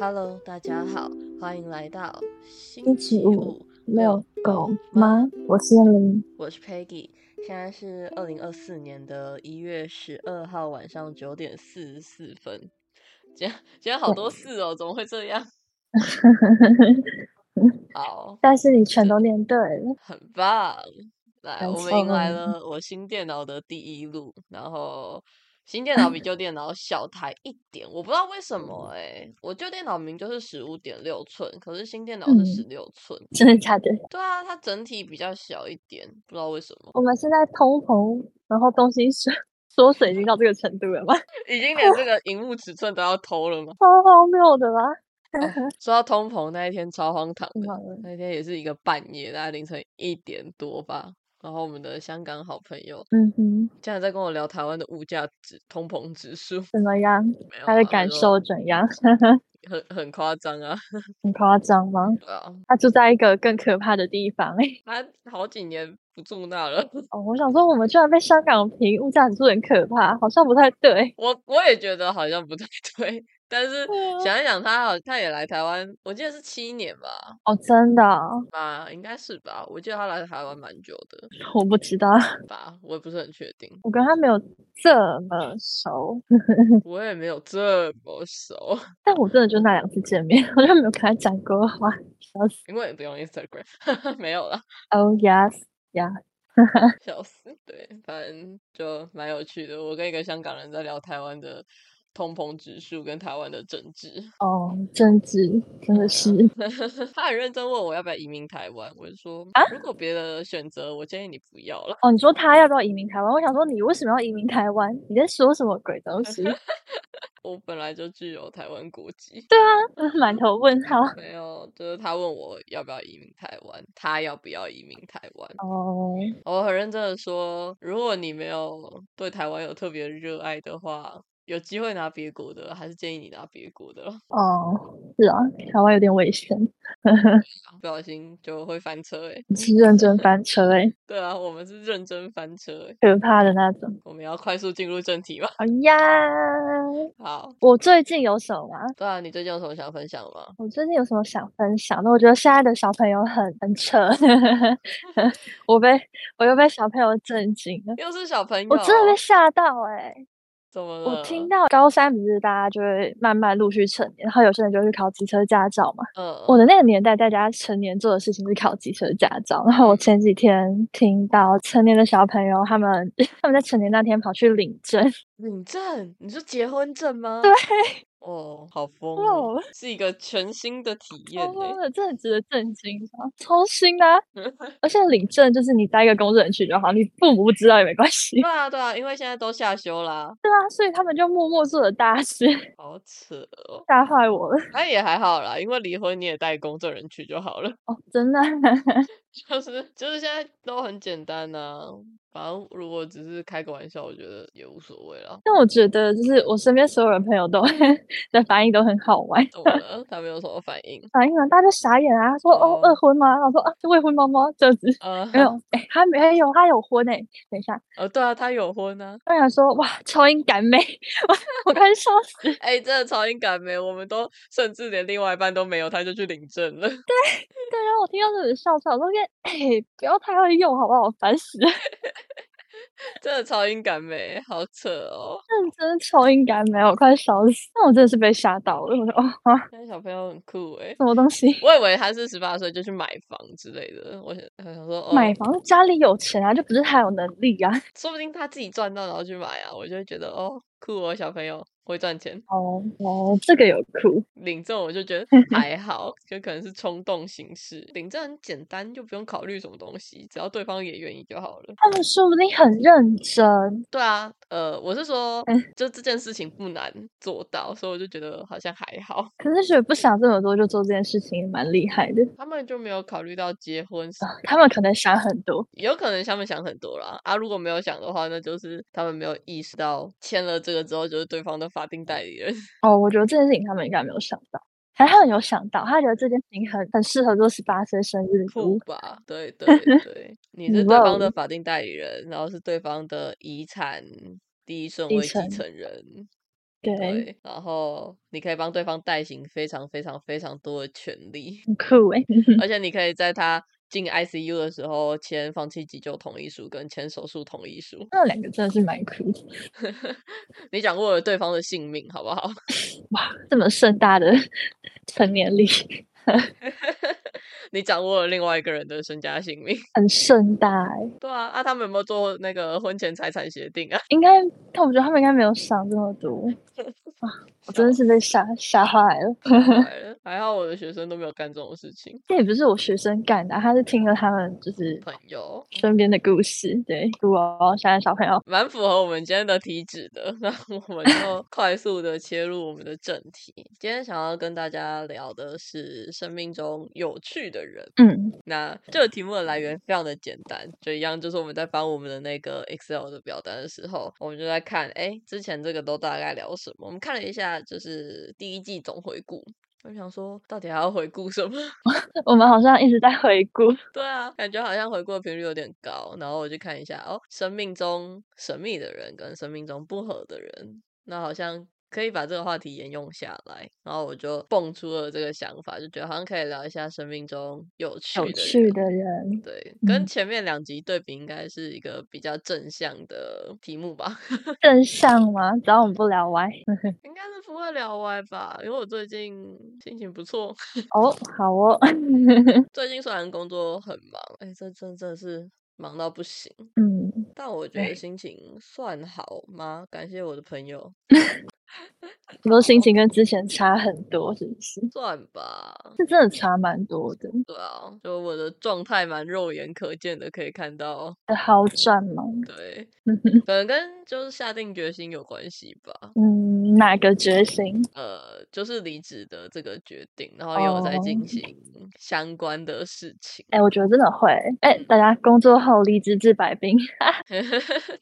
Hello，大家好，欢迎来到星星期期五五遛狗吗？我是燕 玲，我是 Peggy，现在是二零二四年的一月十二号晚上九点四十四分。今天今天好多事哦，怎么会这样？好，但是你全都念对了，很棒！来，没我们迎来错啊了我新电脑的第一路，然后新电脑比旧电脑小台一点，我不知道为什么嗯哎、我旧电脑明明就是十五点六寸，可是新电脑是嗯十六寸，真的假的？对啊，它整体比较小一点，不知道为什么，我们现在通膨，然后东西缩缩水已经到这个程度了吗？已经 连这个荧幕尺寸都要偷了吗？超啊荒谬的啦！说到通膨那一天超荒唐很的，好了，那天也是一个半夜，大概凌晨一点多吧，然后我们的香港好朋友嗯哼，竟然在跟我聊台湾的物价指通膨指数。怎么样？没有他的啊感就受怎样？很很夸张啊，很夸张吗？对啊，他住在一个更可怕的地方哎、他好几年不住那了， 哦，我想说，我们居然被香港评物价指数很可怕，好像不太对。我我也觉得好像不太对，但是对啊想一想他好，他也来台湾，我记得是七年吧，哦，真的啊、吧，应该是吧，我记得他来台湾蛮久的我不知道，吧，我也不是很确定，我跟他没有这么熟。我也没有这么熟， 但我真的就那两次见面， 我就没有跟他讲过话，笑死。因为也不用 Instagram，没 有啦， Oh yes, yeah，笑死，对，反正就蛮有趣的，我跟一个香港人在聊台湾的通膨指数跟台湾的政治。 哦，政治真的是，他很认真问我要不要移民台湾，我就说，如果别的选择，我建议你不要了。哦，你说他要不要移民台湾？我想说你为什么要移民台湾？你在说什么鬼东西？ 我本来就具有台湾国籍，满头问号。没有，就是他问我要不要移民台湾，他要不要移民台湾，哦，我很认真的说，如果你没有对台湾有特别热爱的话。有机会拿别国的，还是建议你拿别国的了，哦，是啊，台湾有点危险，啊不小心就会翻车哎、你是认真翻车哎、对啊，我们是认真翻车、欸，可怕的那种。我们要快速进入正题吧。哎呀，好，我最近有什么啊？对啊，你最近有什么想分享吗？我最近有什么想分享的？我觉得现在的小朋友很很扯， 我被我又被小朋友震惊了，又是小朋友，我真的被吓到哎、怎么了？我听到高三不是大家就会慢慢陆续成年，然后有些人就去考机车驾照嘛。嗯，我的那个年代，大家成年做的事情是考机车驾照。然后我前几天听到成年的小朋友他们 他们在成年那天跑去领证，领证，你说结婚证吗？对，哦，好疯哦哇，是一个全新的体验 欸超疯呢。的，真的值得震惊啊，超新的啊、而且领证就是你待一个公证区就好，你父母不知道也没关系 对。啊，对啊，因为现在都下休啦，对啊，所以他们就默默做了大事，好扯哦。吓坏我了。那也还好啦，因为离婚你也带公证人去就好了， 哦，真的，就是就是现在都很简单呐、反正如果只是开个玩笑，我觉得也无所谓啦。但我觉得就是我身边所有人朋友都 的反应都很好玩。懂了，他没有什么反应。反应完大家就傻眼啊，说哦哦二婚吗？我说啊是未婚妈妈这样子，呃， 没有，哎、他没有，他有婚哎、等一下，呃，对啊，他有婚啊。我想说哇超音感美，我我快笑死，哎、真的超音感没，我们都甚至连另外一半都没有，他就去领证了。 对，然后我听到这里笑出来，我说哎、不要太会用好不好，烦死了，真的超音感美，好扯哦！认真超音感美，我快笑死，那我真的是被吓到了，我说哦啊现在小朋友很酷诶、什么东西。我以为他是十八岁就去买房之类的，我想我想说，哦，买房家里有钱啊，就不是他有能力啊。说不定他自己赚到然后去买啊，我就会觉得哦，酷哦，小朋友会赚钱。哦哦，这个有酷，领证我就觉得还好，就可能是冲动行事。领证很简单，就不用考虑什么东西，只要对方也愿意就好了。他们说不定很认真。对啊，呃，我是说嗯，就这件事情不难做到，所以我就觉得好像还好。可是觉得不想这么多就做这件事情也蛮厉害的，他们就没有考虑到结婚是他们可能想很多。有可能他们想很多啦啊，如果没有想的话，那就是他们没有意识到签了这个之后就是对方的法定代理人。哦，我觉得这件事情他们应该没有想到，还他们有想到，他觉得这件事情很很适合做十八岁生日礼酷物。吧？对 对对，你是你对忘方的了法定代理人，然后是对方的遗产第一顺继位继承承人，对，对，然后你可以帮对方代行非常非常非常多的权 利，很酷欸诶、而且你可以在他进 ICU 的时候签放弃急救同意书跟签手术同意书。那两个真的是蛮酷的，你掌握了对方的性命，好不好？ 哇，这么盛大的 成年礼，你掌握了另外一个人的身家性命。 很盛大欸诶、对啊，啊，他们有没有做那个婚前财产协定 啊？应该，但我觉得他们应该没有想这么 多，我真的是被吓吓坏了。是还好我的学生都没有干这种事情。这也不是我学生干的啊、他是听了他们就是朋友身边的故事，对，古哦，现在小朋友，蛮符合我们今天的体脂的， 那我们就快速的切入我们的正题。今天想要跟大家聊的是生命中有趣的人。嗯，那这个题目的来源非常的简单，就一样，就是我们在翻我们的那个 Excel 的表单的时候，我们就在看，哎，之前这个都大概聊什么？我们看了一下，就是第一季总回顾。我想说，到底还要回顾什么？我们好像一直在回顾，对啊，感觉好像回顾的频率有点高。然后我就看一下，哦，生命中神秘的人跟生命中不合的人，那好像可以把这个话题沿用下来。然后我就蹦出了这个想法，就觉得好像可以聊一下生命中有趣的有人。趣的人，对，跟嗯前面两集对比，应该是一个比较正向的题目吧？ 正向吗？只要我们不聊歪，嗯应该是不会聊歪吧？因为我最近心情不错， 哦，好哦， 最近虽然工作很忙，哎、这真真的是忙到不行，嗯，但我觉得哎心情算好吗？感谢我的朋友，我都心情跟之前差很多，是不是？算吧。这真的差蛮多的，对啊，就我的状态蛮肉眼可见的，可以看到。有好转吗？ 对，可能跟就是下定决心有关系吧。嗯，哪个决心？呃，就是离职的这个决定，然后也有在进 哦行相关的事情。 哎、我觉得真的会，哎、大家工作后离职治百病。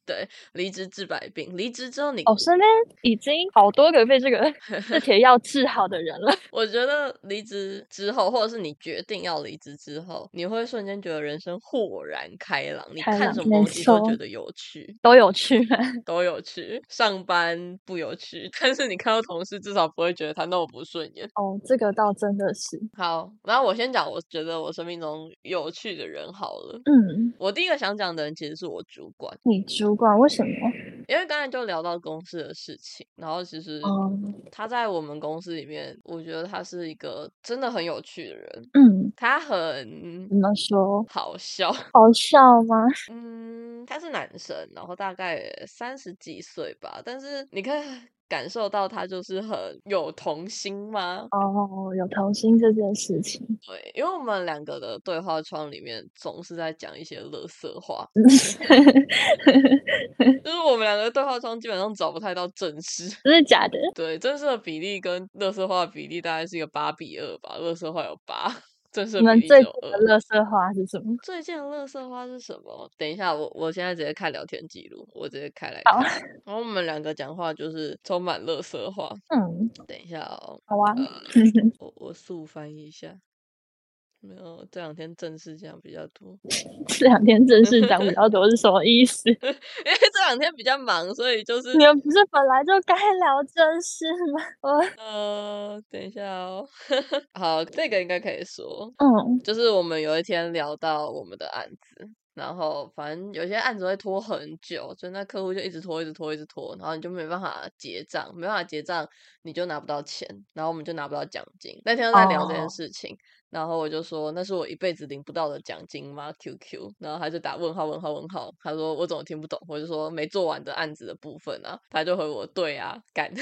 对，离职治百病，离职之后你，哦，身边已经好多个被这 个这铁药治好的人了。我觉得离职之后，或者是你决定要离职之后，你会瞬间觉得人生豁然开朗，你开看朗什么没东西都觉错得有趣，都有趣吗？都有趣。上班不有趣， 但是你看到同事，至少不会觉得他弄不顺眼。哦，这个倒真的是，好，然后我先讲，我觉得我生命中有趣的人好了。嗯，我第一个想讲的人其实是我主管。你主管为什么？因为刚才就聊到公司的事情，然后其实哦，他在我们公司里面，我觉得他是一个真的很有趣的人，嗯，他很怎么说？好笑， 好笑吗？嗯，他是男生，然后大概三十几岁吧，但是你可以感受到他就是很有童心吗？哦，有童心这件事情，对，因为我们两个的对话窗里面总是在讲一些垃圾话，嗯 就是我们两个的对话窗基本上找不太到正事。 真的假的？对，正式的比例跟乐色化的比例大概是一个八比二吧，乐色化有八，正式你的们比例只最有嗯近的二。乐色话是什么？最近的乐色化是什么？等一下，我我现在直接看聊天记录，我直接开来好看。然后我们两个讲话就是充满乐色化。嗯，等一下哦，好啊，呃，我我速翻译一下。没有，这两天正式讲比较多，这两天正式讲比较多是什么意思？因为这两天比较忙，所以就是你们不是本来就该聊正事吗？我，呃，等一下哦。 好，这个应该可以说。嗯，就是我们有一天聊到我们的案子，然后反正有些案子会拖很久，所以那客户就一直拖，一直拖，一直拖，然后你就没办法结账，没办法结账，你就拿不到钱，然后我们就拿不到奖金。那天就在聊这件哦事情，然后我就说那是我一辈子领不到的奖金吗？QQ，然后他就打问号问号问号，他说我怎么听不懂？我就说没做完的案子的部分啊，他就回我对啊，干。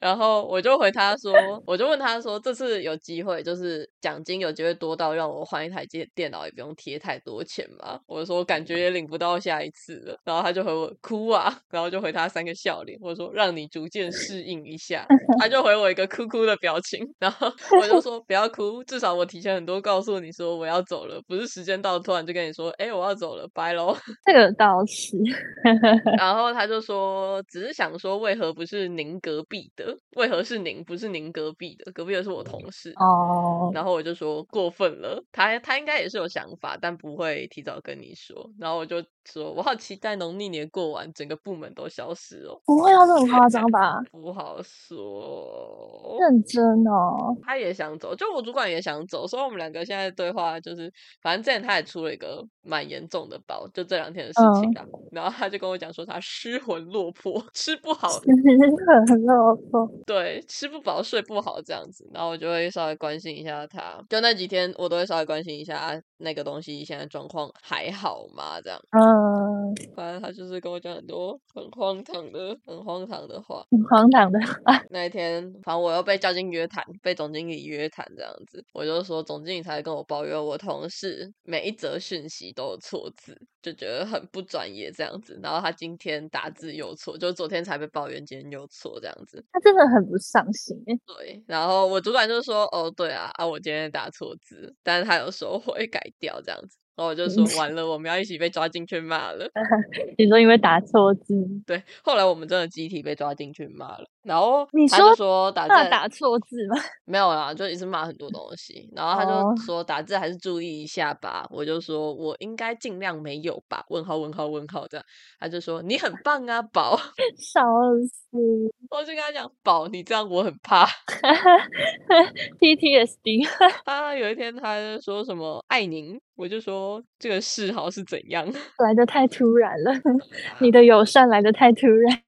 然后我就回他说，我就问他说，这次有机会，就是奖金有机会多到让我换一台电电脑，也不用贴太多钱嘛。我说感觉也领不到下一次了。然后他就回我哭啊，然后就回他三个笑脸，我说让你逐渐适应一下。他就回我一个哭哭的表情，然后我就说不要哭，至少我提前很多告诉你说我要走了，不是时间到突然就跟你说，哎、我要走了，拜喽。这个倒是，然后他就说，只是想说为何不是您隔壁的，为何是您不是您隔壁的，隔壁的是我同事。哦，然后我就说过分了，他他应该也是有想法，但不会提早跟你说。然后我就说，我好期待农历年过完，整个部门都消失哦，不会要这么夸张吧？不好说。认真哦， 他也想走，就我主管也想走，所以我们两个现在对话就是，反正之前他也出了一个蛮严重的包，就这两天的事情啦。然后他就跟我讲说他失魂落魄， 吃不好，很落魄。对，吃不饱睡不好这样子。然后我就会稍微关心一下他，就那几天我都会稍微关心一下、啊、那个东西现在状况还好吗？这样，嗯，反正他就是跟我讲很多很荒唐的、很荒唐的话。很荒唐的啊，那一天，反正我又被叫进约谈，被总经理约谈这样子，我就说总经理才跟我抱怨我同事每一则讯息都有错字，就觉得很不专业这样子。然后他今天打字又错，就是昨天才被抱怨，今天又错这样子。他真的很不上心欸耶。对，然后我主管就说：“哦，对啊，啊，我今天打错字，但是他有说我会改掉这样子。”然后我就说：“嗯完了，我们要一起被抓进去骂了。”呃你说因为打错字，对，后来我们真的集体被抓进去骂了。然后你他就说说打那字打错字吗？ 没有啦，就一直骂很多东西。然后他哦就说打字还是注意一下吧。我就说我应该尽量没有吧。问号问号问号这样，他就说你很棒啊，宝。 笑死我就跟他讲宝，你这样我很怕。 ，PTSD，他有一天他就说什么爱您，我就说这个嗜好是怎样？来的太突然 了，你的友善来的太突然，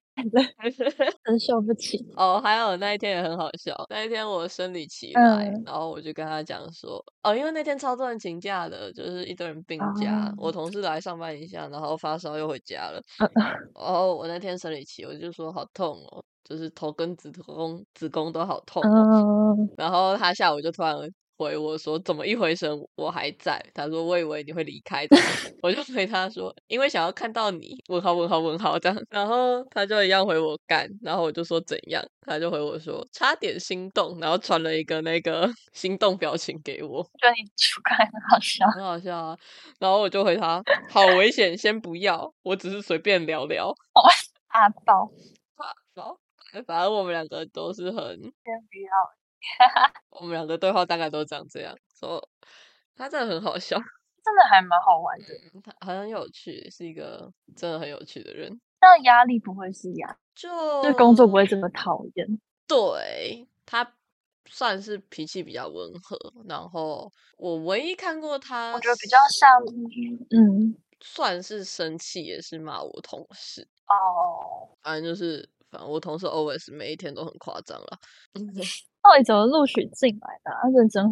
真受不起。 哦，还有那一天也很好笑。那一天我生理期来，嗯然后我就跟他讲说，哦，因为那天超多人请假的，就是一堆人病假，哦我同事来上班一下，然后发烧又回家了。嗯然后我那天生理期，我就说好痛哦，就是头跟子宫子宫都好痛哦。嗯，然后他下午就突然回我说：“怎么一回神我还在？”他说：“我以为你会离开的。”我就回他说：“因为想要看到你。”问号问号问号这样。然后他就一样回我干，然后我就说怎样，他就回我说差点心动，然后传了一个那个 心动表情给我，觉得你出感很好笑。很好笑啊。然后我就回他：“好危险，先不要，我只是随便聊聊。阿宝，然后”反正我们两个都是很先不要。我们两个对话大概都长这样，说他真的很好笑，真的还蛮好玩的，他很有趣，是一个真的很有趣的人。但压力嗯不会是压，就就是工作不会这么讨厌。对他算是脾气比较温和，然后我唯一看过他，我觉得比较像，嗯，算是生气，也是骂我同事，哦，反正就是反正我同事 always 每一天都很夸张啦，嗯到底怎么录取进来的、啊？认真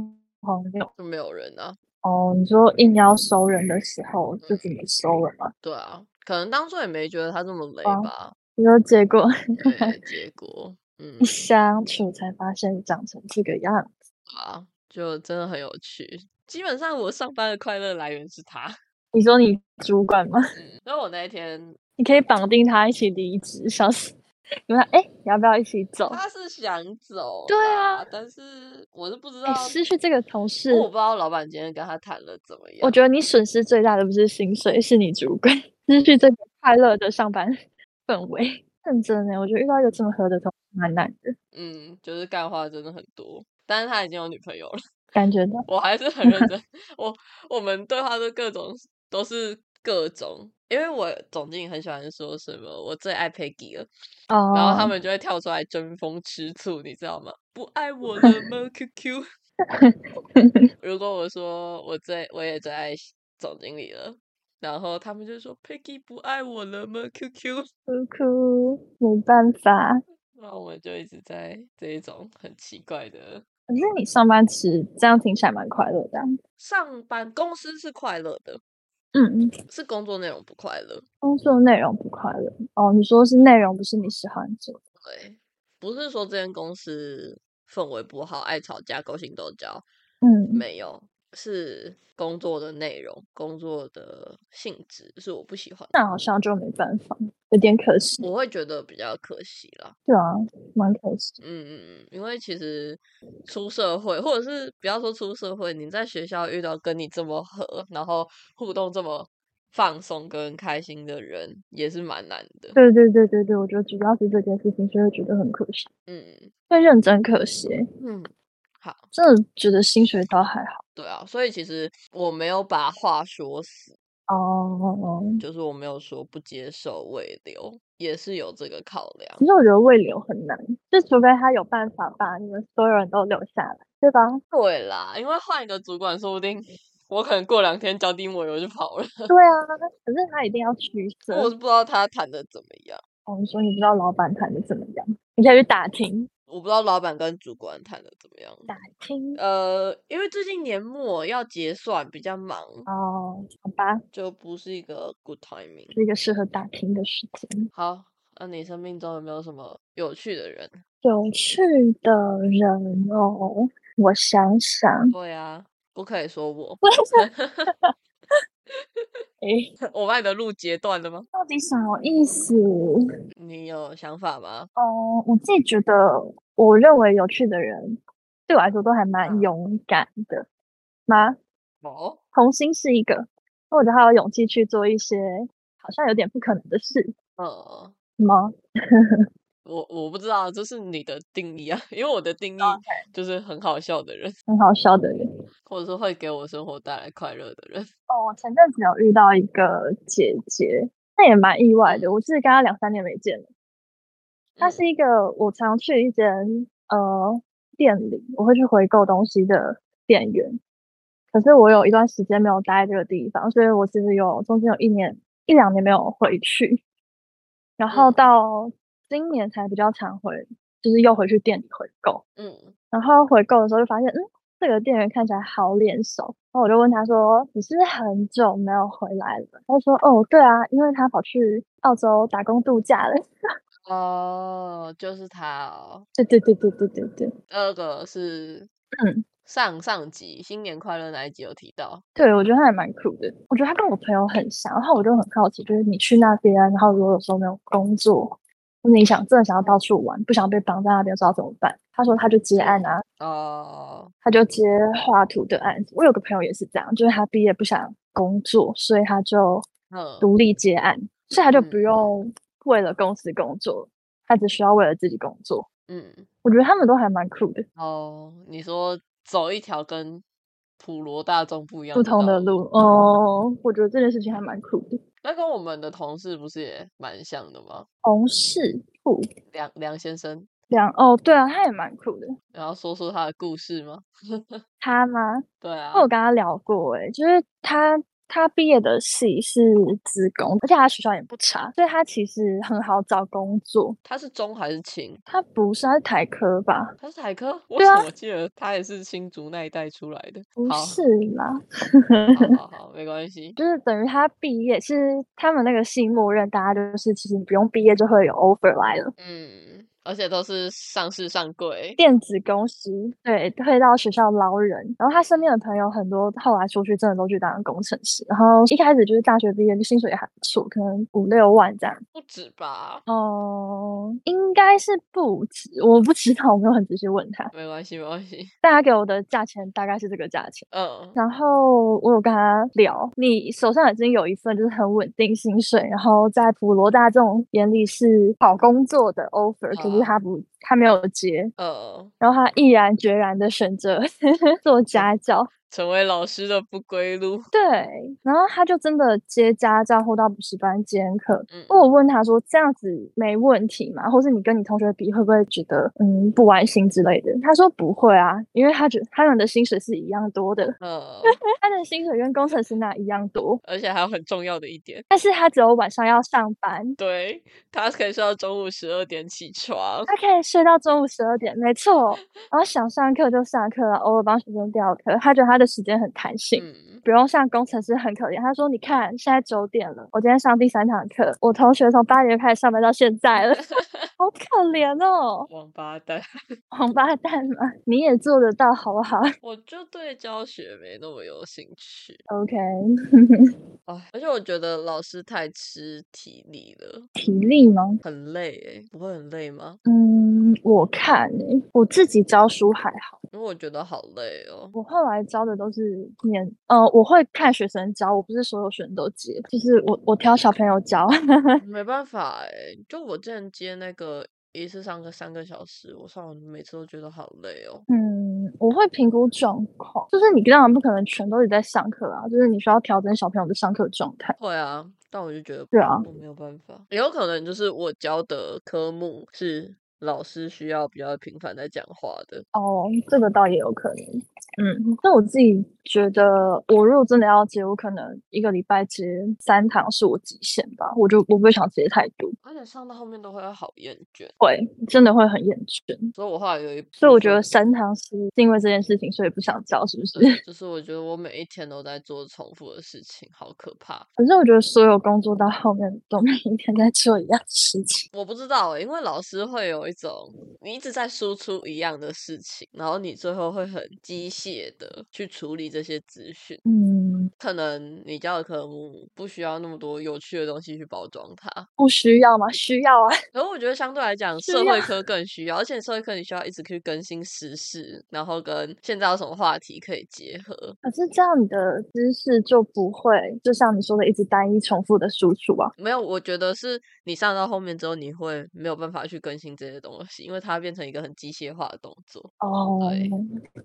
荒谬。就没有人啊，哦，你说硬要收人的时候就怎么收人吗？对啊，可能当初也没觉得他这么雷哦吧，你说结果 对，结果嗯一。 相处才发现长成这个样子，啊，就真的很有趣。基本上我上班的快乐来源是他， 你说你主管吗？嗯，所以我那一天你可以绑定他一起离职，笑死！你们哎、你要不要一起走？他是想走，对啊，但是我是不知道哎、，失去这个同事，我不知道老板今天跟他谈了怎么样。我觉得你损失最大的不是薪水，是你主管失去这个快乐的上班氛围。认真欸的，我觉得遇到一个这么合的同事蛮难的，嗯，就是干话真的很多，但是他已经有女朋友了， 感觉到我还是很认 真。我我们对话都各种都是各种，因为我总经理很喜欢说什么我最爱 Peggy 了，哦。然后他们就会跳出来争风吃醋，你知道吗？不爱我了吗？QQ。如果我说我最我也最爱总经理了，然后他们就说 Peggy 不爱我了吗？QQ。哭哭，没办法。那我们就一直在这一种很奇怪的可是你上班其实这样听起来蛮快乐的啊、上班，公司是快乐的，嗯，是工作内容不快乐。工作内容不快乐哦。你说是内容，不是你喜欢做的。对，不是说这间公司氛围不好，爱吵架，勾心斗角，嗯，没有，是工作的内容、工作的性质是我不喜欢的，那好像就没办法，有点可惜。我会觉得比较可惜啦。对啊，蛮可惜。嗯嗯嗯，因为其实出社会，或者是不要说出社会，你在学校遇到跟你这么合，然后互动这么放松跟开心的人，也是蛮难的。对对对对对，我觉得主要是这件事情，所以觉得很可惜。嗯但认真可惜，嗯，好，真的觉得薪水倒还好。对啊，所以其实我没有把话说死，哦，就是我没有说不接受尾流，也是有这个考量。其实我觉得未留很难，就除非他有办法把你们所有人都留下来，对吧？对啦，因为换一个主管，说不定我可能过两天交低尾流就跑了，对啊，可是他一定要取 舍。我是不知道他谈的怎么样。哦，你说你不知道老板谈的怎么样，你可以去打听我不知道老板跟主管谈的怎么样，打听。呃，因为最近年末要结算，比较忙，哦，好吧，就不是一个 good timing。是一个适合打听的时间。好，那你生命中有没有什么有趣的人？有趣的人哦，我想想，，对啊，不可以说我我想，诶， 我把你的路截断了吗？到底什么意思？你有想法吗？哦，我自己觉得，我认为有趣的人，对我来说都还蛮勇敢的吗？哦，童心是一个，我觉得他有勇气去做一些好像有点不可能的事呃，吗？我我不知道，这是你的定义啊，因为我的定义就是很好笑的人，很好笑的人。或者是会给我生活带来快乐的人。哦，我前阵子有遇到一个姐姐，那也蛮意外的。我是跟她两三年没见了。嗯她是一个我常去一间呃店里，我会去回购东西的店员。可是我有一段时间没有待在这个地方，所以我其实有中间有一年一两年没有回去，然嗯后到今年才比较常回，就是又回去店里回购。嗯然后回购的时候就发现，嗯，这个店员看起来好脸熟。然后我就问他说：“你是不是很久没有回来了？”他就说：“哦，对啊，因为他跑去澳洲打工度假了。 哦，就是他哦。”对对对对对对对，第二个是，嗯，上上集新年快乐那一集有提到，对我觉得他还蛮酷的。我觉得他跟我朋友很像，然后我就很好奇，就是你去那边，然后如果有时候没有工作，或你想真的想要到处玩，不想被绑在那边，不知道怎么办。他说他就接案啊，哦，他就接画图的案子。我有个朋友也是这样，就是他毕业不想工作，所以他就嗯，独立接案，所以他就不嗯用为了公司工作，他只需要为了自己工作。嗯，我觉得他们都还蛮酷的，哦，你说走一条跟普罗大众不一样不同的道，路哦。我觉得这件事情还蛮酷的。那跟我们的同事不是也蛮像的吗？同事酷梁梁先生，两哦，对啊，他也蛮酷的。然后说说他的故事吗？他吗？对啊我，有跟他聊过、欸，就是他他毕业的系是职工，而且他学校也不差，所以他其实很好找工作。他是中还是秦？他不是他是台科吧？他是台科？ 我对怎啊么记得他也是新竹那一带出来的？不好，是啦，好好好，没关系。就是等于他毕业，其实他们那个系默认大家就是，其实你不用毕业就会有 offer 来了。嗯，而且都是上市上柜，电子公司对，会到学校捞人，然后他身边的朋友很多，后来出去真的都去当工程师，然后一开始就是大学毕业，就薪水也还不错，可能五六万这样。不止吧？哦、应该是不止，我不知道，我没有很仔细问他，没关系，没关系。大家给我的价钱大概是这个价钱。嗯，然后我有跟他聊，你手上已经有一份就是很稳定薪水，然后在普罗大众眼里是好工作的 offer，可是啊他不，他没有接，呃，然后他毅然决然的选择 做家教，成为老师的不归路。对，然后他就真的接家教或到补习班兼课。嗯，我有问他说这样子没问题吗？或是你跟你同学比会不会觉得嗯不安心之类的？他说不会啊，因为他觉得他们的薪水是一样多的，呃，他的薪水跟工程师那一样多。而且还有很重要的一点，但是他只有晚上要上班，对，他可以睡到中午十二点起床。他可以睡到中午十二点，没 错。然后想上课就上课，偶尔帮学生调课。他觉得他的时间很弹性，嗯，不用像工程师很可怜。他说：“你看，现在九点了，我今天上第三堂课，我同学从八点开始上班到现在了。”我 好可怜哦，王八蛋！王八蛋嘛，你也做得到好不好我就对教学没那么有兴趣？OK，啊，而且我觉得老师太吃体力了，体力吗？很累诶、不会很累吗？嗯，我看诶、我自己教书还好，因为我觉得好累哦。我后来教的都是免，呃，我会看学生教，我不是所有学生都接，就是我我挑小朋友教。 没办法哎、就我之前接那个一次上课三个小时，我上完每次都觉得好累哦。嗯，我会评估状况，就是你当然不可能全都是在上课啊，就是你需要调整小朋友的上课状态。会啊，但我就觉得对啊，我没有办法，也有可能就是我教的科目是老师需要比较频繁在讲话的。哦，这个倒也有可能。嗯，但我自己觉得，我如果真的要接，我可能一个礼拜接三堂是我极限吧，我就我不会想接太多，而且上到后面都会好厌倦，会真的会很厌倦。所以我后来有一部分，所以我觉得三堂是因为这件事情，所以不想教，是不 是？对，就是我觉得我每一天都在做重复的事情，好可怕。可是我觉得所有工作到后面都每一天在做一样的事情。我不知道欸，因为老师会有一种你一直在输出一样的事情，然后你最后会很机械的去处理这些资讯。嗯，可能你教的科目不需要那么多有趣的东西去包装它，不需要吗？需要啊。可是我觉得相对来讲，是社要会科更需要，而且社会科你需要一直去更新时事，然后跟现在有什么话题可以结合。可是这样你的知识就不会，就像你说的，一直单一重复的输出啊。没有，我觉得是你上到后面之后，你会没有办法去更新这些东西，因为它变成一个很机械化的动作。哦对，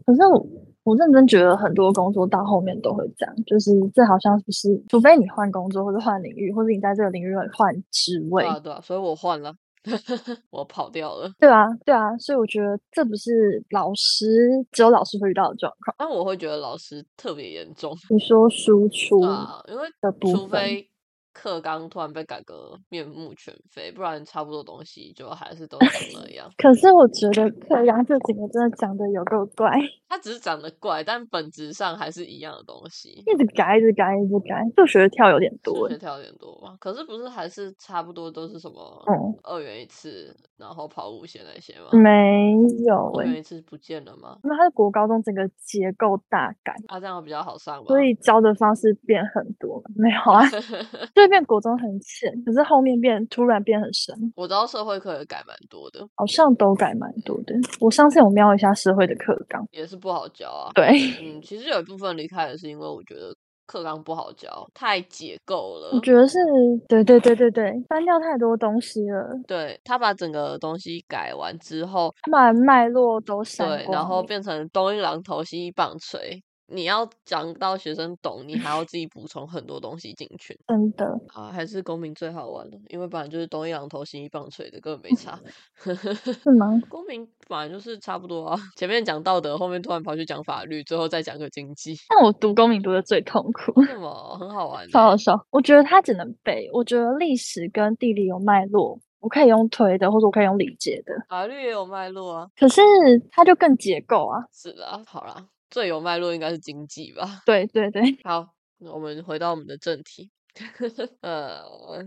可是我我认真觉得很多工作到后面都会这样，就是这好像不是，除非你换工作或者换领域，或者你在这个领域换职位对，啊，对啊，所以我换了， 我跑掉了。对啊，对啊，所以我觉得这不是老师只有老师会遇到的状况。但我会觉得老师特别严重，你说输出对啊，因为的部除分非课纲突然被改革面目全非，不然差不多东西就还是都长 那样。可是我觉得克阳这几个真的讲的有够怪， 它只是长得怪，但本质上还是一样的东西。一直改，一直改，一直改，数学跳有点数多学欸。跳有点多嘛，可是不是还是差不多都是什么嗯，二元一次，然后跑五线那些吗？没有二诶、元一次不见了吗？那他的国高中整个结构大改，啊，这样比较好上吧。所以教的方式变很多了。没 有啊，对，变国中很浅，可是后面变突然变很深，我知道社会课也改蛮多的，好像都改蛮多的。我上次有瞄一下社会的课纲，也是不好教啊。对，嗯，其实有一部分离开也是因为我觉得课纲不好教，太解构了我。觉得是，对对对对对，翻掉太多东西了，对他把整个东西改完之后，他把脉络都删对，光然后了变成东一榔头西一棒槌。你要讲到学生懂，你还要自己补充很多东西进去。真的，啊，还是公民最好玩了，因为本来就是东一榔头西一棒槌的，根本没 差。是吗？公民本来就是差不多啊， 前面讲道德，后面突然跑去讲法律，最后再讲个经济， 但我读公民读的最痛苦，为什么很好玩、超好欸？笑。我觉得他只能背，我觉得历史跟地理有脉络，我可以用推的，或者我可以用理解的。法律也有脉络啊，可是它就更结构啊，是啦，好啦，最有脉络应该是经济吧。 对对对，好，那我们回到我们的正题， 呃，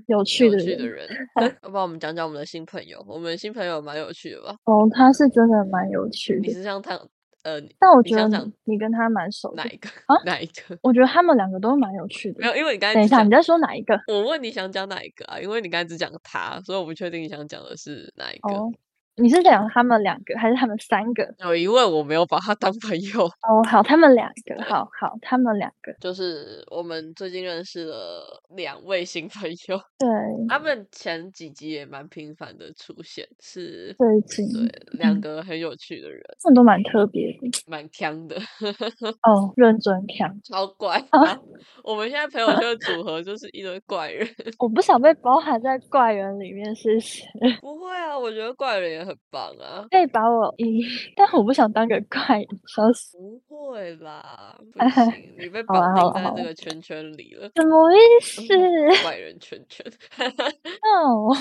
有趣有的趣人的人， 要不然我们讲讲我们的新朋友，我们的新朋友蛮有趣的吧？哦，他是真的蛮有趣你的，是想谈呃，你但我你觉得想你讲你跟他蛮熟哪的，一个？ 啊哪一个？我觉得他们两个都蛮有趣没的。有，因为你刚才等一只下，讲你在说哪一个？我问你想讲哪一个啊？因为你刚才只讲他，所以我不确定你想讲的是哪一个。哦，你是讲他们两个还是他们三个？有一位我没有把他当朋友，哦，好，他们两个，好好，他们两个，就是我们最近认识了两位新朋友，对，他们前几集也蛮频繁的出现，是最近对两嗯个很有趣的人，他们都蛮特别的。蛮强的，哦，认真看，超怪啊啊！我们现在朋友圈的组合就是一堆怪人， 我不想被包含在怪人里面，谢谢。不会啊，我觉得怪人也很棒啊。可以把我一， 但我不想当个怪人，笑死。不会啦，不 行，你被好绑啦好定在啦好啊这啦个圈圈里了。什么意嗯思？ 怪人圈圈。 哦，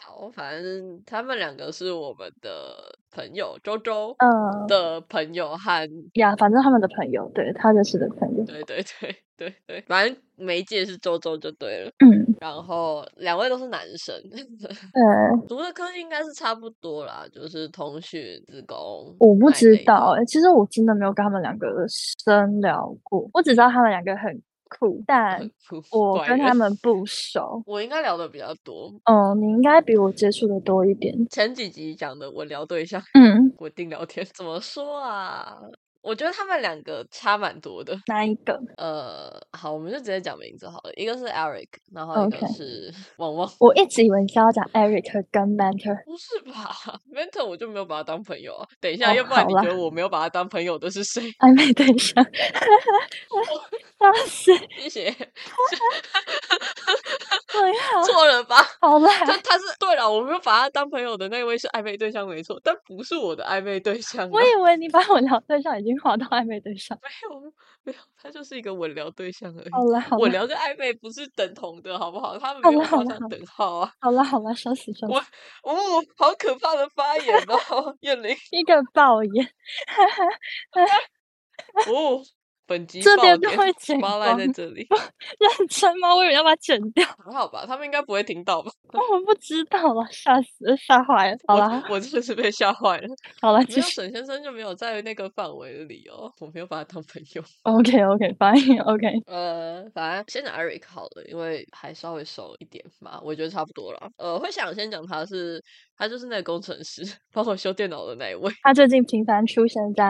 好，反正他们两个是我们的朋友周周嗯，的朋友和呀，反正他们的朋友，对他认识的朋友，对 对对对对，反正媒介是周周就对了。嗯，然后两位都是男生， 嗯对，读的科系应该是差不多啦，就是通讯、自工。我不那一知类的道，哎、其实我真的没有跟他们两个深聊过，我只知道他们两个很酷，但很酷欸 我怪跟人他们不熟。我应该聊的比较多。嗯，你应该比我接触的多一点。前几集讲的我聊对象，嗯，稳定聊天，怎么说啊？我觉得他们两个差蛮多的。哪一个？呃，好，我们就直接讲名字好了，一个是 Eric，然后一个 OK 是 旺旺。我一直以为你是要讲 Eric 跟 Mentor。不是吧 ？Mentor 我就没有把他当朋友啊。等一下，哦要不然好你啦觉得我没有把他当朋友的是谁？暧昧对象，当时谢 谢，对呀，错了吧？好啦，他他是对了，我没有把他当朋友的那位是暧昧对象没错，但不是我的暧昧对象、啊。我以为你把我聊对象已经划到暧昧对象。没有没有，他就是一个稳聊对象而好已。啦，好稳啦，聊跟暧昧不是等同的，好不好？他们好没有啦好画啦上好等号啊！好啦，好啦，笑死笑死，我哦，好可怕的发言哦， 燕玲一个爆眼，哦，本集这爆边都点会剪发赖在光这里， 认真吗？我以为要把它剪掉，还好吧？他们应该不会听到吧？哦我不知道 了，吓死了，吓坏了。好我啦，我真的是被吓坏了。好啦，没继有续。沈先生就没有在那个范围的理由，我没有把他当朋友。 OK OK fine OK，呃，反正先讲 Eric 好了，因为还稍微熟一点嘛，我觉得差不多啦。呃，会想先讲他是他就是那个工程师，帮我修电脑的那一位。 他最近频繁出现在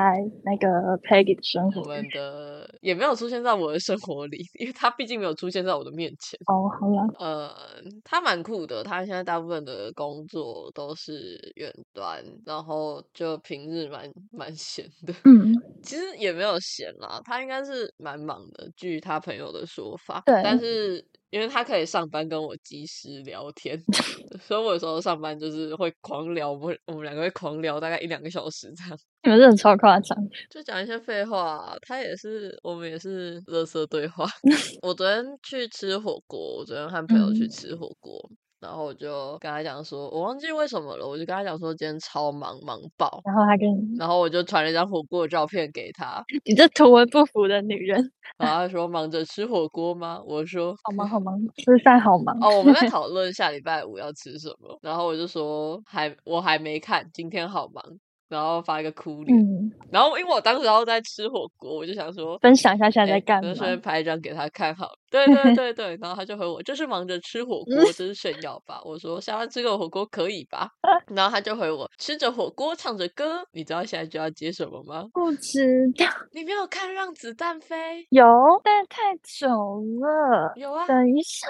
那个 Peggy 的生我活里。们的也没有出现在我的生活里，因为他毕竟没有出现在我的面前。哦，好啦，呃，他蛮酷的，他现在大部分的工作都是远端，然后就平日蛮蛮闲的。嗯，其实也没有闲啦，他应该是蛮忙的，据他朋友的说法。对，但是因为他可以上班跟我及时聊天， 所以我有时候上班就是会狂聊，我们我们两个会狂聊大概一两个小时这样， 你们真的超夸张。就讲一些废话。啊他也是，我们也是垃圾对话。 我昨天去吃火锅，我昨天和朋友去嗯吃火锅。然后我就跟他讲说，我忘记为什么了，我就跟他讲说今天超忙忙爆，然后还跟你，然后我就传了一张火锅的照片给他，你这图文不符的女人，然后他说忙着吃火锅吗？我说好忙好忙，吃饭好忙。哦，我们 在讨论下礼拜五要吃什么，然后我就说还我还没看，今天好忙，然后发一个哭脸，嗯，然后因为我当时要在吃火锅，我就想说。分享一下现在哎，在干那顺嘛？便拍一张给他看好了。对对对对，然后他就回我，就是忙着吃火嗯锅，真是炫耀吧。我说下班吃个火锅可以吧？ 然后他就回我，吃着火锅唱着歌，你知道现在就要接什么吗？不知道你没有看《让子弹飞》？有，但太久了。有啊，等一下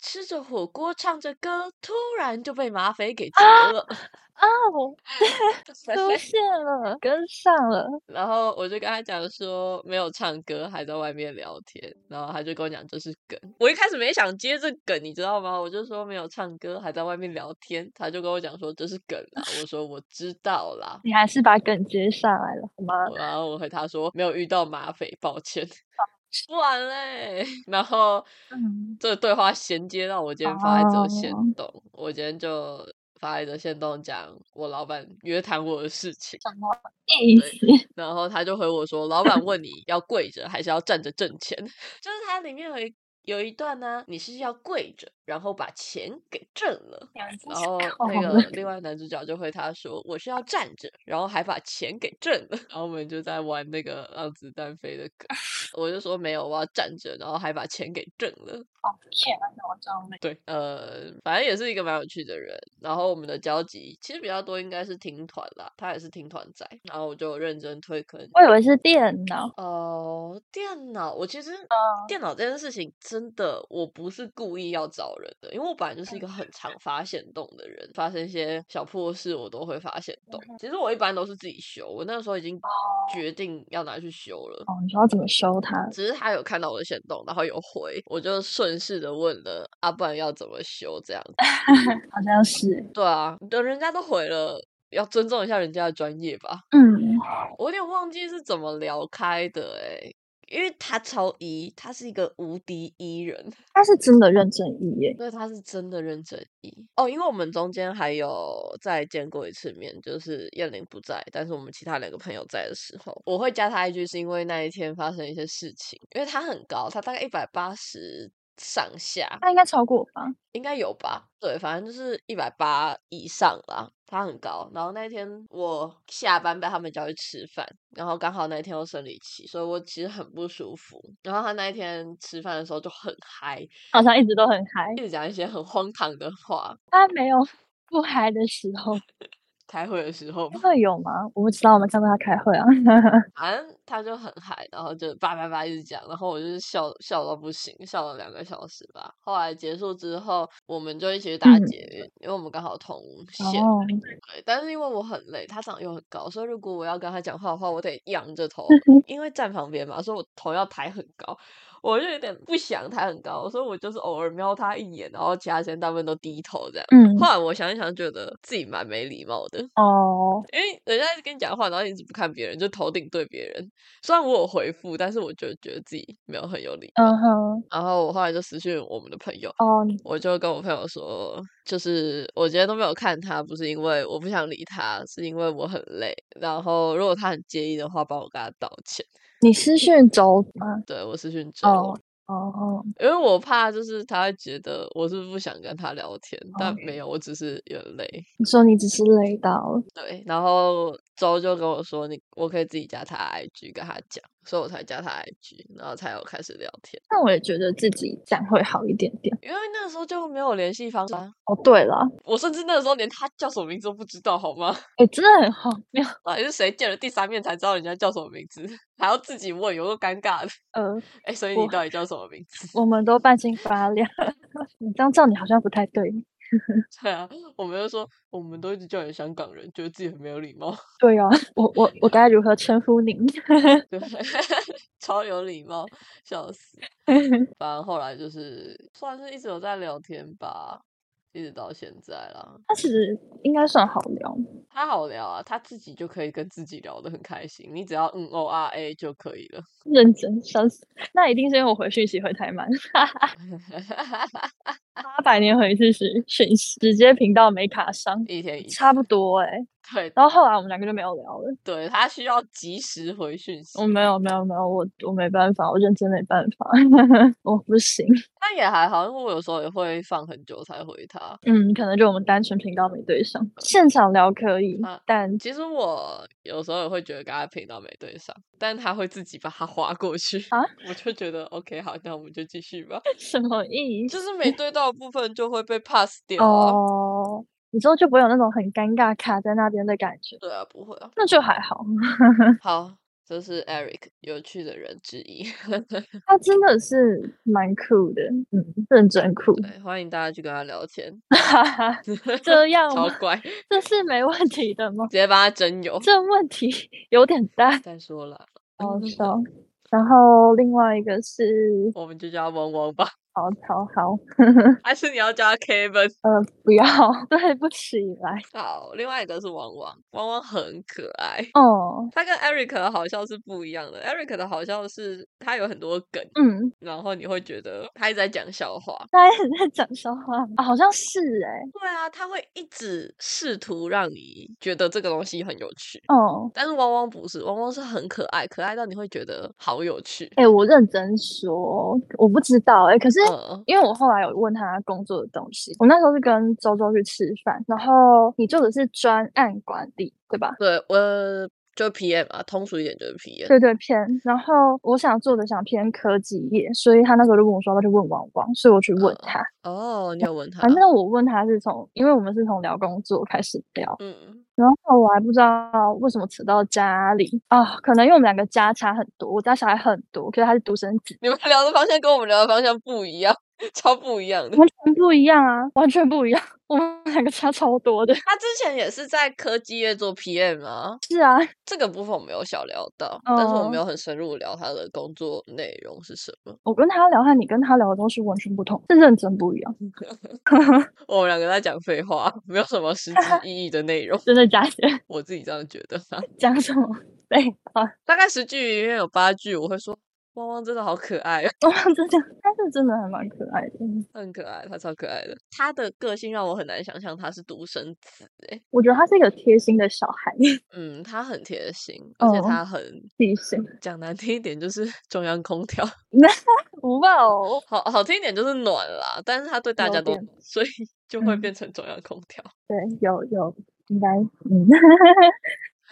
吃着火锅唱着歌，突然就被马匪给劫了。啊，我马出匪现了，跟上了。 然后我就跟他讲说没有唱歌，还在外面聊天。然后他就跟我讲这是梗，我一开始没想接这梗，你知道吗？我就说没有唱歌，还在外面聊天。他就跟我讲说这是梗啦，我说我知道 啦。你还是把梗接上来了，好吗？然后我回他说没有遇到马匪，抱歉。 不然嘞， 然后嗯，这对话衔接到我今天发一则线哦，动，我今天就发一则线动讲我老板约谈我的事情，什么意对思？然后他就回我说，老板问你要跪着还是要站着挣钱， 就是它里面有一有一段呢、你是要跪着，然后把钱给挣了。两只然手后扣那好个了，另外男主角就回他说：“我是要站着，然后还把钱给挣了。” 然后我们就在玩那个让子弹飞的 梗，我就说没有，我要站着，然后还把钱给挣了。天啊，我张力。对，呃，反正也是一个蛮有趣的人。然后我们的交集其实比较多，应该是听团啦，他也是听团仔。然后我就认真推坑我以为是电脑，哦，电脑，我其实电脑这件事情真的，我不是故意要找人的，因为我本来就是一个很常发现动的人，发生一些小破事我都会发现动。其实我一般都是自己修，我那个时候已经决定要拿去修了。哦，你说要怎么收它？只是他有看到我的行动，然后有回，我就顺势的问了，啊，不然要怎么修？这样子，好像是，对啊，等人家都回了，要尊重一下人家的专业吧。嗯，我有点忘记是怎么聊开的诶、欸因为他超一，他是一个无敌一人，他是真的认真一耶，所以他是真的认真一哦。因为我们中间还有再见过一次面，就是燕玲不在，但是我们其他两个朋友在的时候，我会加他一句，是因为那一天发生一些事情，因为他很高，他大概一百八十上下，他应该超过我吧？应该有吧？对，反正就是一百八以上啦。他很高，然后那一天我下班被他们叫去吃饭，然后刚好那一天又生理期，所以我其实很不舒服。然后他那一天吃饭的时候就很嗨，好像一直都很嗨一，直讲一些很荒唐的话。他没有不嗨的时候，开会的时候吧，会有吗？我不知道，我没看过他开会 啊。反正他就很嗨，然后就叭叭叭一直讲，然后我就是笑笑到不行，笑了两个小时吧。后来结束之后，我们就一起去搭嗯捷运，因为我们刚好同线。哦，对，但是因为我很累，他长得又很高，所以如果我要跟他讲话的话，我得仰着 头，因为站旁边嘛，所以我头要抬很高，我就有点不想抬很高，所以我就是偶尔瞄他一眼，然后其他时间大部分都低头这样。嗯 后，来我想一想，觉得自己蛮没礼貌的，哦，因为人家一直跟你讲话，然后你一直不看别人，就头顶对别人。虽然我有回复，但是我就觉得自己没有很有礼貌。嗯哼，然后我后来就私讯我们的朋友，哦，我就跟我朋友说，就是我今天都没有看他，不是因为我不想理他，是因为我很累。然后如果他很介意的话，帮我跟他道歉。你私讯周吗？对我私讯周，哦，哦，因为我怕就是他会觉得我是不想跟他聊天，但哦没有，我只是有点累。你说你只是累到了，对，然后周就跟我说你我可以自己加他 IG 跟他讲，所以我才加他 IG，然后才有开始聊天。但我也觉得自己这样会好一点点。因为那个时候就没有联系方式啊，哦，对了，我甚至那个时候连他叫什么名字都不知道，好吗？哎，真的很荒谬。到底是谁见了第三面才知道人家叫什么名字，还要自己问，有够尴尬的。 呃，哎，所以我你到底叫什么名字？ 我们都半斤八两， 你这样叫你好像不太对。对啊，我们就说我们都一直叫你香港人，觉得自己很没有礼貌， 对呀、我我我该如何称呼您？ 对， 超有礼貌，笑死。反正后来就是算是一直有在聊天吧，一直到现在啦。他其实应该算好聊，他好聊啊，他自己就可以跟自己聊得很开心，你只要嗯哦啊 a 就可以了。 认真笑死。那一定是因为我回讯息回太慢，八百年回一次讯讯息，直接频道没卡上，一天一次，差不多哎、对然后后来我们两个就没有聊了。对，他需要及时回讯息我。没有没有没有，我我没办法，我认真没办法， 我不行。他也还好，因为我有时候也会放很久才回他。嗯，可能就我们单纯频道没对上，现场聊可以，啊但 其实我有时候也会觉得跟他频道没对上，但他会自己把它划过去啊， 我就觉得 OK，好，那我们就继续 吧。什么意思？就是没对到的部分就会被 pass 掉啊。哦，你之后就不会有那种很尴尬卡在那边的感觉，对啊，不会啊。那就还好。嗯好，这是 Eric 有趣的人之一。 嗯他真的是蛮酷的，嗯，认真酷，对，欢迎大家去跟他聊天，哈哈， 这样超吗？乖，直这是没问题的吗？接帮他真友。这问题 有点大，再说了，好嗯笑。然后另外一个是， 我们就叫他汪汪 吧，好好好，还是你要叫他 Kevin？呃，不要， 对不起，来，好，另外一个是汪汪，汪汪很可爱。哦，他跟 Eric 的好笑是不一样的，Eric 的好笑是他有很多梗，嗯，然后你会觉得他一直在讲笑话。大家也在讲笑话吗，啊好像是哎、对啊，他会一直试图让你觉得这个东西很有趣，哦，但是汪汪不是，汪汪是很可爱，可爱到你会觉得好有趣。哎、我认真说，我不知道哎、可是嗯，因为我后来有问他工作的东西，我那时候是跟周周去吃饭，然后你做的是专案管理，对吧？对，我就 PM 啊，通俗一点就是 PM。对对偏，然后我想做的想偏科技业，所以他那时候就问我说要不要去问王王，所以我去问嗯他。哦，你有问他反？正我问他是从，因为我们是从聊工作开始聊，嗯，然后我还不知道为什么扯到家里啊，可能因为我们两个家差很多，我家小孩很多，可是他是独生子，你们聊的方向跟我们聊的方向不一样， 超不一样的。完全不一样啊，完全不一样，我们两个差超多的。 他之前也是在科技业做 PM 啊。是啊，这个部分我没有小聊到，但是我没哦有很深入地聊他的工作内容是什么。我跟他聊和你跟他聊的东西完全不同，是认真不一样，我们两个在讲废话，没有什么 ，实质意义的内容真的假 的？我自己这样觉得啊。讲什么废话？大概十句里面有八句我会说，汪汪真的好可爱啊，我真的，但是真的还蛮可爱的。很可爱，它超可爱的。它的个性让我很难想象它是独生子诶、我觉得他是一个贴心的小孩， 嗯，它很贴心，而且哦它很、细心。讲难听一点就是中央空调，哇哦，好好听一点就是暖啦，但是它对大有家都点暖，所以就会嗯变成中央空 调。对，有有，应该嗯，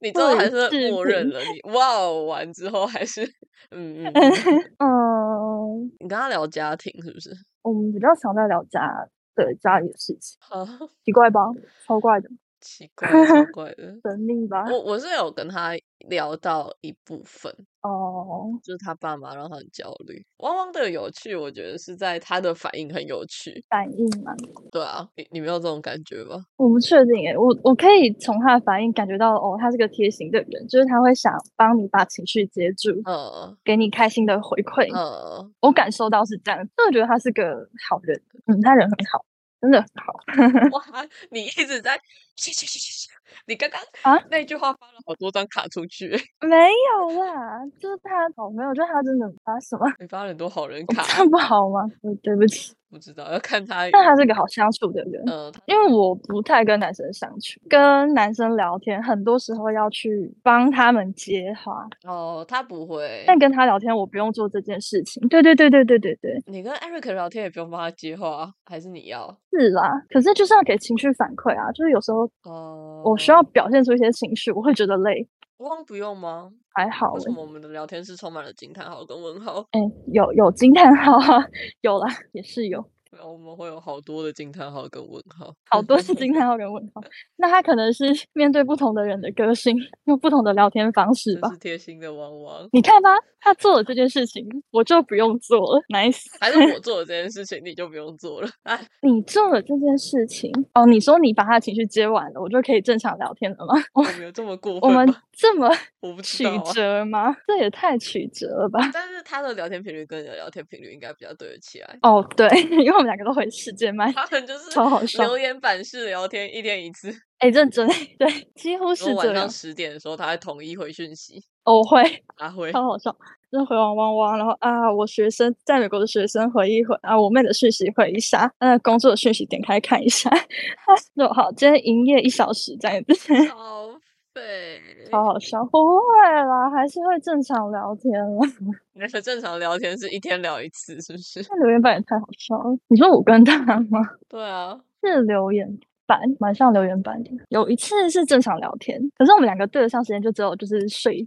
你最后还对是视默认频了你，哇哦，完之后还是 嗯嗯嗯， 嗯，你跟他聊家庭是不是？我们比较常在聊家对家里的事情，好奇怪吧？超怪的，奇怪，超怪 的。神秘吧？我我是有跟他聊到一部分，哦，就是他爸妈让他很焦虑。汪汪的有趣，我觉得是在他的反应很有趣。反应嘛，对啊，你你没有这种感觉吗？我不确定诶，我我可以从他的反应感觉到，哦，他是个贴心的人，就是他会想帮你把情绪接住，嗯给你开心的回馈。嗯，我感受到是这样，但我觉得他是个好人，嗯，他人很好，真的很好。 哇，你一直在，嘘嘘嘘嘘嘘你刚刚啊那句话发了好多张卡出去，没有啦，就是他好朋友，就是他真的啊什么，你发了很多好人我卡， 这样不好吗？我对不起，嗯不知道要看他。但他是个好相处的人，呃，他因为我不太跟男生相处，跟男生聊天，很多时候要去帮他们接话，哦，他不会。但跟他聊天我不用做这件事情。对对对对对对对，你跟 Eric 聊天也不用帮他接话啊，还是你要？是啦。可是就是要给情绪反馈啊，就是有时候哦，我需要表现出一些情绪，我会觉得累，汪不用吗？还好为欸、什么我们的聊天室充满了惊叹号跟问号？哎、有有惊叹号啊， 有啦，也是有。然啊后我们会有好多的惊叹号跟问号。好多是惊叹号跟问号，那他可能是 面对不同的人的个性，用不同的聊天方式真吧是。贴心的汪汪。你看吧，他做了这件事情，我就不用做了，nice。还是我做了这件事情，你就不用做了。哎，你做了这件事情，哦，你说你把他的情绪接完了，我就可以正常聊天了吗？我我们有这么过我分们吗？ 这么我不知曲道啊。折吗？这也太曲折了吧！但是他的聊天频率跟你的聊天频率应该比较对得起来。哦，对， 因为我们两个都回世界麦，他们就是 超好笑留言板式聊天，一天一次。哎，认真， 对，几乎然后是晚这上样。十点的时候，他还统一回讯息，哦我会他会超好笑，就是回完汪汪，然后啊，我学生在美国的学生回一回啊，我妹的讯息回一下，那工作的讯息点开看一下， 就好，今天营业一小时这样子，超废。超好笑。不会啦，还是会正常聊天啦。 那个正常聊天是一天聊一次，是不是？那留言板也太好笑了，你说我跟他吗？ 对啊，是留言板，蛮像留言板的。有一次是正常聊天，可是我们两个对得上时间就只有就是睡。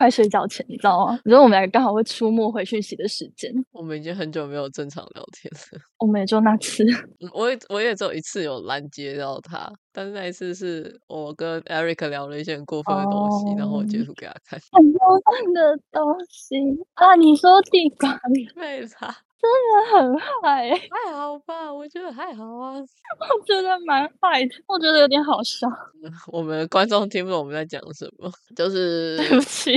快睡觉前，你知道吗？你说我们两个刚好会出没回讯息的时间，我们已经很久没有正常聊天了。我们也就那次。嗯 我也我也只有一次有拦截到他，但是那一次是我跟 Eric 聊了一些很过分的东西，然后我截哦图给他看，很过分的东西啊！你说地瓜，你真没 啦，的很坏欸、 还好吧，我觉得还好啊。我觉得蛮坏的，我觉得有点好 笑。我们的观众听不懂我们在讲什么， 就是 对不起，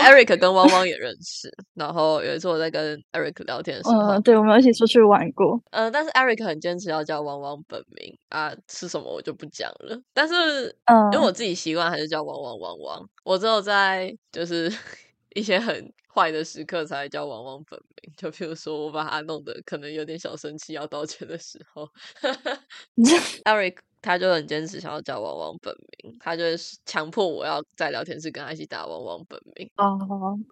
Eric 跟汪汪也认识，然后有一次我在跟 Eric 聊天的时候，嗯，对，我们一起出去玩过。呃，但是 Eric 很坚持要叫汪汪本名啊，是什么我就不讲了。但是嗯因为我自己习惯还是叫汪汪汪汪，我只有在就是 一些很坏的时刻才叫汪汪本名，就譬如说我把他弄得可能有点小生气要道歉的时候，Eric。他就很坚持想要叫汪汪本名，他就是强迫我要在聊天室跟他一起打汪汪本名。哦，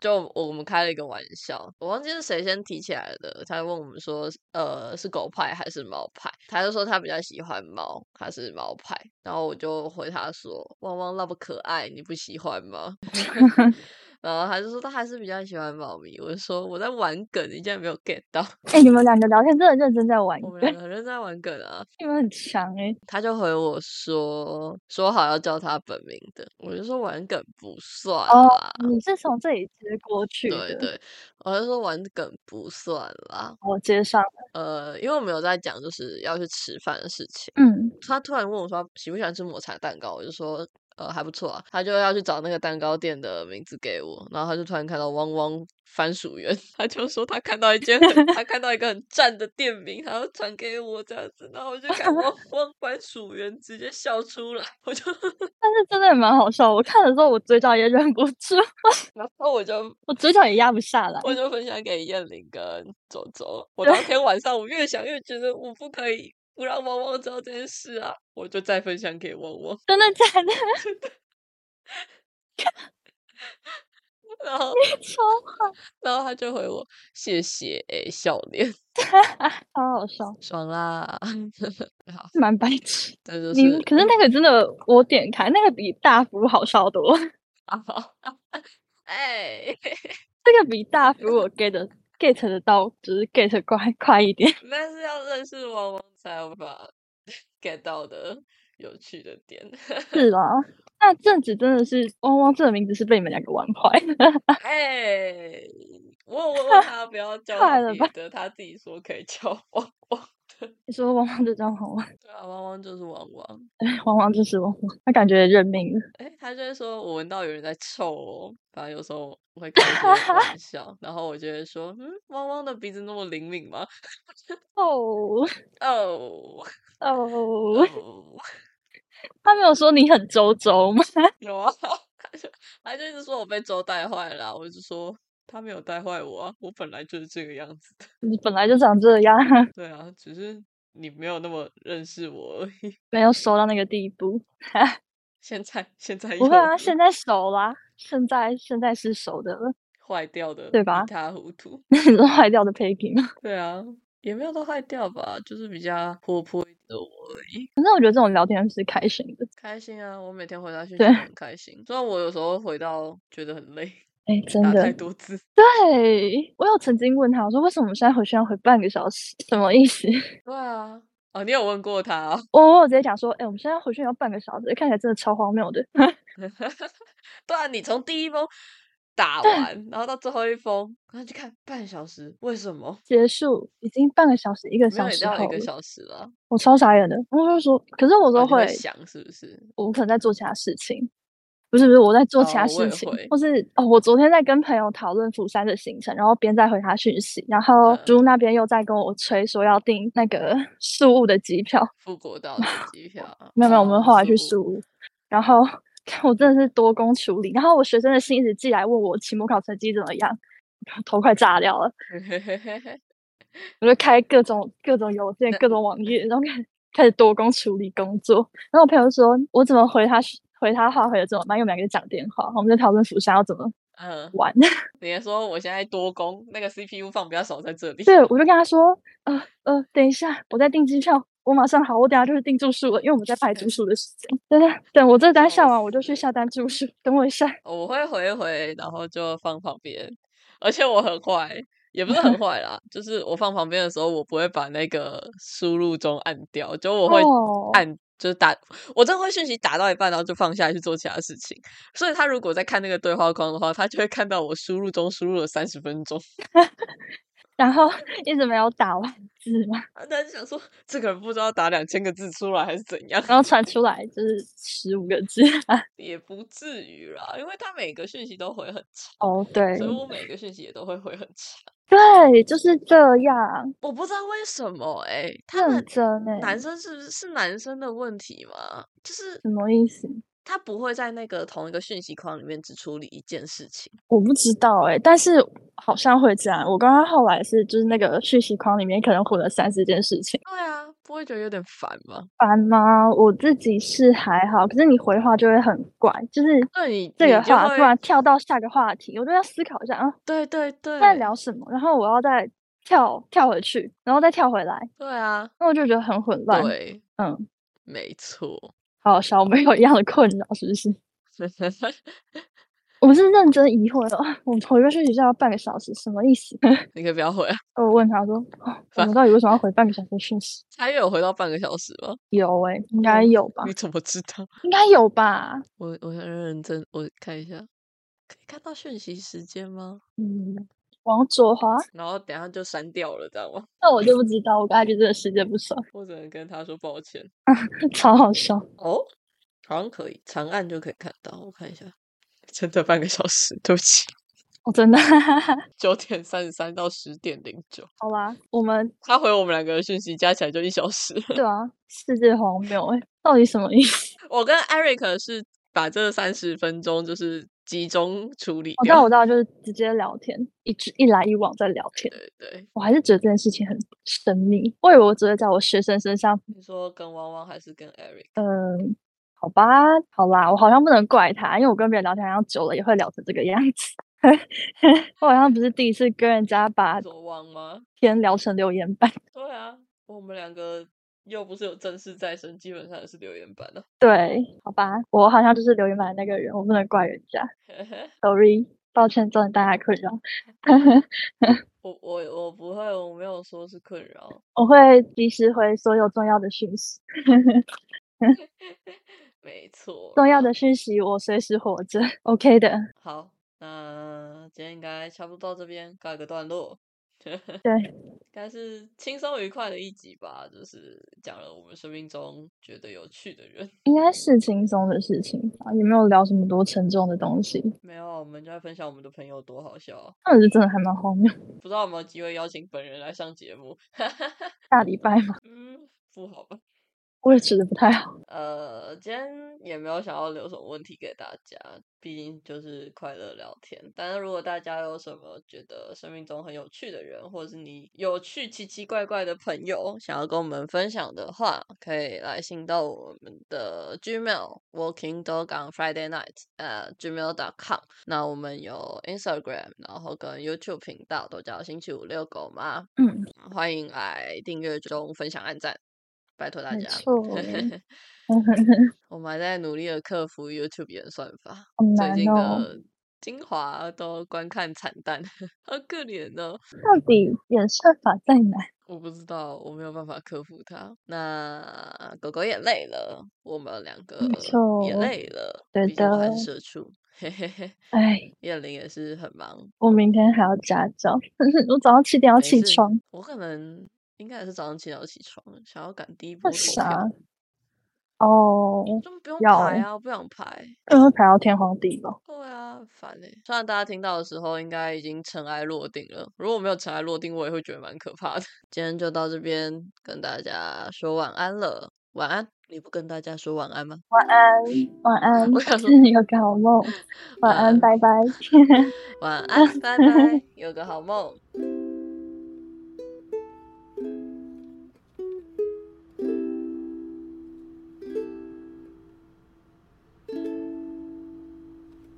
就我们开了一个玩笑，我忘记是谁先提起来的，他就问我们说，呃，是狗派还是猫派？他就说他比较喜欢猫，他是猫派。然后我就回他说，汪汪那么可爱，你不喜欢吗？ 然后他就说他还是比较喜欢猫咪。我就说我在玩梗，你竟然没有 get 到，哎、你们两个聊天真的认真在玩，我们两个很认真在玩梗啊。你们很强哎、他就回我说，说好要叫他本名的，我就说玩梗不算哦啦。你是从这里接过去的，对对，我就说玩梗不算啦，我接上了，呃，因为我们有在讲就是要去吃饭的事情，嗯，他突然问我说他喜不喜欢吃抹茶蛋糕，我就说呃还不错啊，他就要去找那个蛋糕店的名字给我，然后他就突然看到汪汪番薯园， 他就说他看到一间很他看到一个很赞的店名，他要传给我这样子，然后我就看汪汪番薯园直接笑出来，我就 但是真的也蛮好笑。我看的时候，我嘴角也忍不住， 然后我就我嘴角也压不下来。我就分享给燕玲跟周周。我当天晚上我越想越觉得我不可以不让汪汪知道这件事啊，我就再分享给汪汪。真的假的？ 然后，超然后他就回我谢谢诶、笑脸，超好笑，爽啦。 好，蛮白痴。这就嗯你是 可是那个真的，我点开那个比大福好笑多，啊，哎， 这个比大福我 get 得 get 得到，只是 get 快快一点。 那是要认识汪汪才有办法 get 到的有趣的点。 是啦，那阵子真的是汪汪这个名字是被你们两个玩坏了。 哎，我有问问他不要叫 快我了彼吧得，他自己说可以叫汪汪。你说汪汪就叫汪汪，对啊，汪汪就是汪汪。 汪汪就是汪汪，他感觉认命了。哎、他就会说我闻到有人在臭哦，反正有时候我会开一些 玩笑，然后我就会说，嗯，汪汪的鼻子那么灵敏吗？哦哦，哦，哦他没有说你很周周吗？ 有啊， 他就他就一直说我被周带坏了啊、我就说他没有带坏我啊，我本来就是这个样子的， 你本来就长这样，对啊，只是你没有那么认识我而已。没有熟到那个地步。现在现在不又会啊，现在熟啦，现在现在是熟的了。 坏掉的，对吧一塌糊涂。 那你是坏掉的 Peggy 吗？对啊，也没有到坏掉吧，就是比较活泼一点的我而已。反正我觉得这种聊天是开心的。开心啊！我每天回答讯息对都很开心，虽然我有时候回到觉得很累，哎，真打的太，多字。对我有曾经问他，我说为什么我们现在回去要回半个小时，什么意思？ 对啊，哦，你有问过他哦、 我我有直接讲说，哎，我们现在回去要半个小时，看起来真的超荒谬的。 对啊，你从第一封打完，然后到最后一封，然后去看半小时，为什么？结束已经半个小时，一个没有小也时到后一个了小时了啊，我超傻眼的。我就说，可是我哦都你会，会想是不是？ 我可能在做其他事情，不是不是，我在做其他哦我事也情，会或是哦，我昨天在跟朋友讨论釜山的行程，然后边在回他讯息，然后嗯猪那边又在跟我催说要订那个 宿务的机票，富国岛的 机票啊？没有没有，我哦们后来去宿宿务，然后 我真的是多工处理，然后我学生的信一直寄来问我期末考成绩怎么样，头快炸掉了，务。我就开各种各种邮件那、各种网页，然后开始开始多工处理工作。然后我朋友说，我怎么回他讯回他话回的这么慢，因为我们两个在讲电话，我们在讨论釜山要怎么 嗯，玩。 你还说我现在多工，那个 CPU 放比较少在这里。对，我就跟他说，呃呃，等一下，我在订机票，我马上好，我等下就是订住宿了，因为我们在排住宿的时间。等等等，我这单笑下完，我就去死下单住宿。等我一下，我会回一回，然后就放旁边。而且我很坏，也不是很坏啦，就是我放旁边的时候，我不会把那个输入中按掉，就我会哦按，就是打，我真的会讯息打到一半，然后就放下来去做其他事情。所以他如果在看那个对话框的话，他就会看到我输入中输入了三十分钟， 然后一直没有打完字嘛，啊他就想说这个人不知道打两千个字出来还是怎样，然后传出来就是十五个字。啊也不至于啦，因为他每个讯息都回很长，哦，对所以我每个讯息也都会回很长。对，就是这样。我不知道为什么哎、他认们真哎、男生是不是是男生的问题吗？就是什么意思？他不会在那个同一个讯息框里面只处理一件事情。我不知道哎、但是好像会这样。我刚刚后来是就是那个讯息框里面可能混了三四件事情，对啊，不会觉得有点烦吗？烦吗？我自己是还好，可是你回话就会很怪，就是那你这你个就话会突然跳到下个话题，我都要思考一下啊，对对对，在聊什么，然后我要再跳跳回去，然后再跳回来，对啊，那我就觉得很混乱。对，嗯，没错。 好好笑，我们有一样的困扰，是不是？我是认真疑惑的，啊我回个讯息要半个小时，什么意思？ 你可以不要回啊，我问他说：“哦我烦们到底为什么要回半个小时的讯息他又有回到半个小时吗？？”有诶、应该嗯有吧你，怎么知道？ 应该有吧。我我很认真，我看一下，可以看到讯息时间吗？嗯，王卓华，然后等一下就删掉了，知道吗？ 那我就不知 道，我跟他就真的时间不熟，我只能跟他说抱歉。超好笑。哦，好像可以，长按就可以看到。我看一下， 真的半个小时，对不起，哦，真的， 九点三十三到十点零九。好啦，我们他回我们两个的讯息加起来就一小时。 对啊，世界荒谬哎，到底什么意思？我跟 Eric 是把这三十分钟就是集中处理我知掉。哦道，我知道，就是直接聊天，一直一来一往在聊天。对对，我还是觉得这件事情很神秘，我以为我只会在我学生身上。你说跟汪汪还是跟 Eric？嗯，好吧，好啦，我好像不能怪他，因为我跟别人聊天好像久了也会聊成这个样子。 我好像不是第一次跟人家把你说汪吗？天聊成留言板。 对啊，我们两个又不是有正式在身，基本上也是留言啊版的、对，好吧，我好像就是留言板的那个人，我不能怪人家，sorry，抱歉造成大家困扰。 我我我不会，我没有说是困扰，我会及时回所有重要的讯息，没错。重要的讯息我随时活着，OK 的。好，那今天应该差不多到这边告一个段落。 应对，该是轻松愉快的一集吧，就是讲了我们生命中觉得有趣的人。 应该是轻松的事情吧，也没有聊什么多沉重的东西，没有，啊我们就在分享我们的朋友多好笑啊、那是真的还蛮荒谬。不知道有没有机会邀请本人来上节目？ 大礼拜嘛，嗯，不好吧。我也吃的不太好。呃，今天也没有想要留什么问题给大家，毕竟就是快乐聊天。但是如果大家有什么觉得生命中很有趣的人，或者是你有趣奇奇怪怪的朋友，想要跟我们分享的话，可以来信到我们的 Gmail Walking Dog on Friday Night 呃 gmail.com。那我们有 Instagram，然后跟 YouTube 频道都叫星期五遛狗嘛，嗯，欢迎来订阅、追踪、分享、按赞，拜托大没家。错 我们还在努力的克服 YouTube 演算法，好最难近哦。的精华都观看惨淡，好可怜哦。到底演算法在哪？我不知道，我没有办法克服它。那狗狗也累了，我们两个也错累了，对毕竟我还是的社畜， 嘿嘿嘿。哎，燕玲也是很忙，我明天还要家教， 我早上七点要没起事床，我可能应该也是早上七点要起床，想要赶第一波那投票啥，，哦，就不用要排啊，不想排。那会排到天荒地老。对啊，很烦哎、虽然大家听到的时候应该已经尘埃落定了，如果没有尘埃落定，我也会觉得蛮可怕的。 今天就到这边跟大家说晚安了，晚安。你不跟大家说晚安吗？晚安，晚安， 我 想说有个好梦。晚 晚安，安拜拜。晚安，拜拜，有个好梦。